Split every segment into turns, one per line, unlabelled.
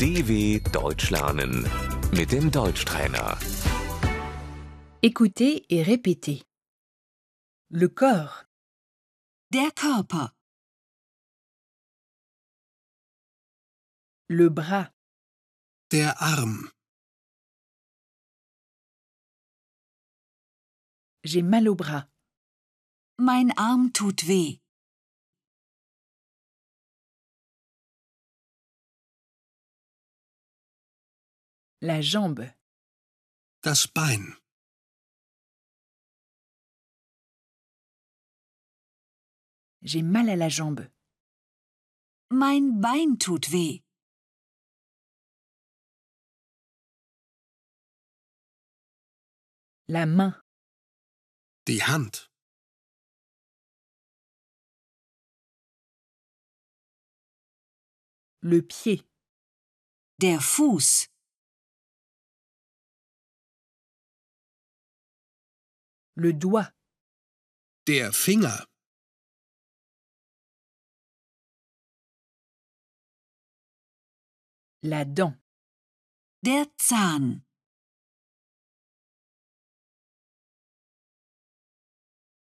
DW Deutsch lernen mit dem Deutschtrainer.
Écoutez et répétez. Le corps,
Der Körper,
le bras,
Der Arm,
j'ai mal au bras,
mein Arm tut weh,
la jambe,
das Bein,
j'ai mal à la jambe,
mein Bein tut weh,
la main,
die Hand,
le pied,
der Fuß,
le doigt,
der Finger,
la dent,
der Zahn,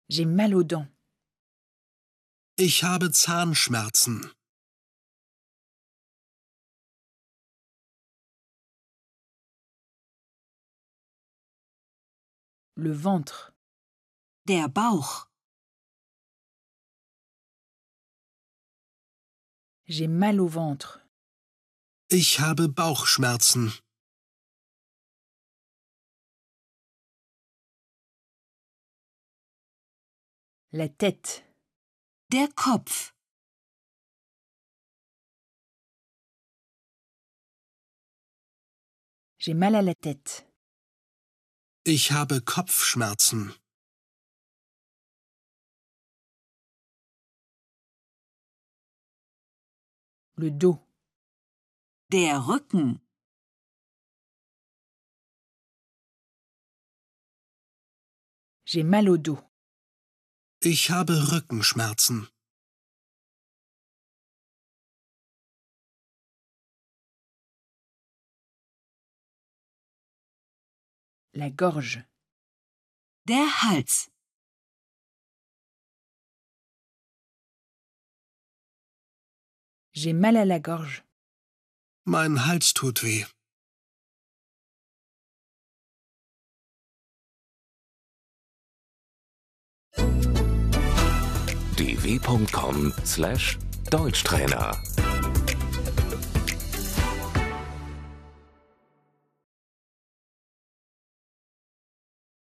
j'ai mal aux dents,
ich habe Zahnschmerzen,
le ventre,
der Bauch,
j'ai mal au ventre,
ich habe Bauchschmerzen,
la tête,
der Kopf,
j'ai mal à la tête,
ich habe Kopfschmerzen,
le dos,
der Rücken,
j'ai mal au dos,
ich habe Rückenschmerzen,
la gorge,
der Hals,
j'ai mal à la gorge,
mein Hals tut weh,
dw.com/deutschtrainer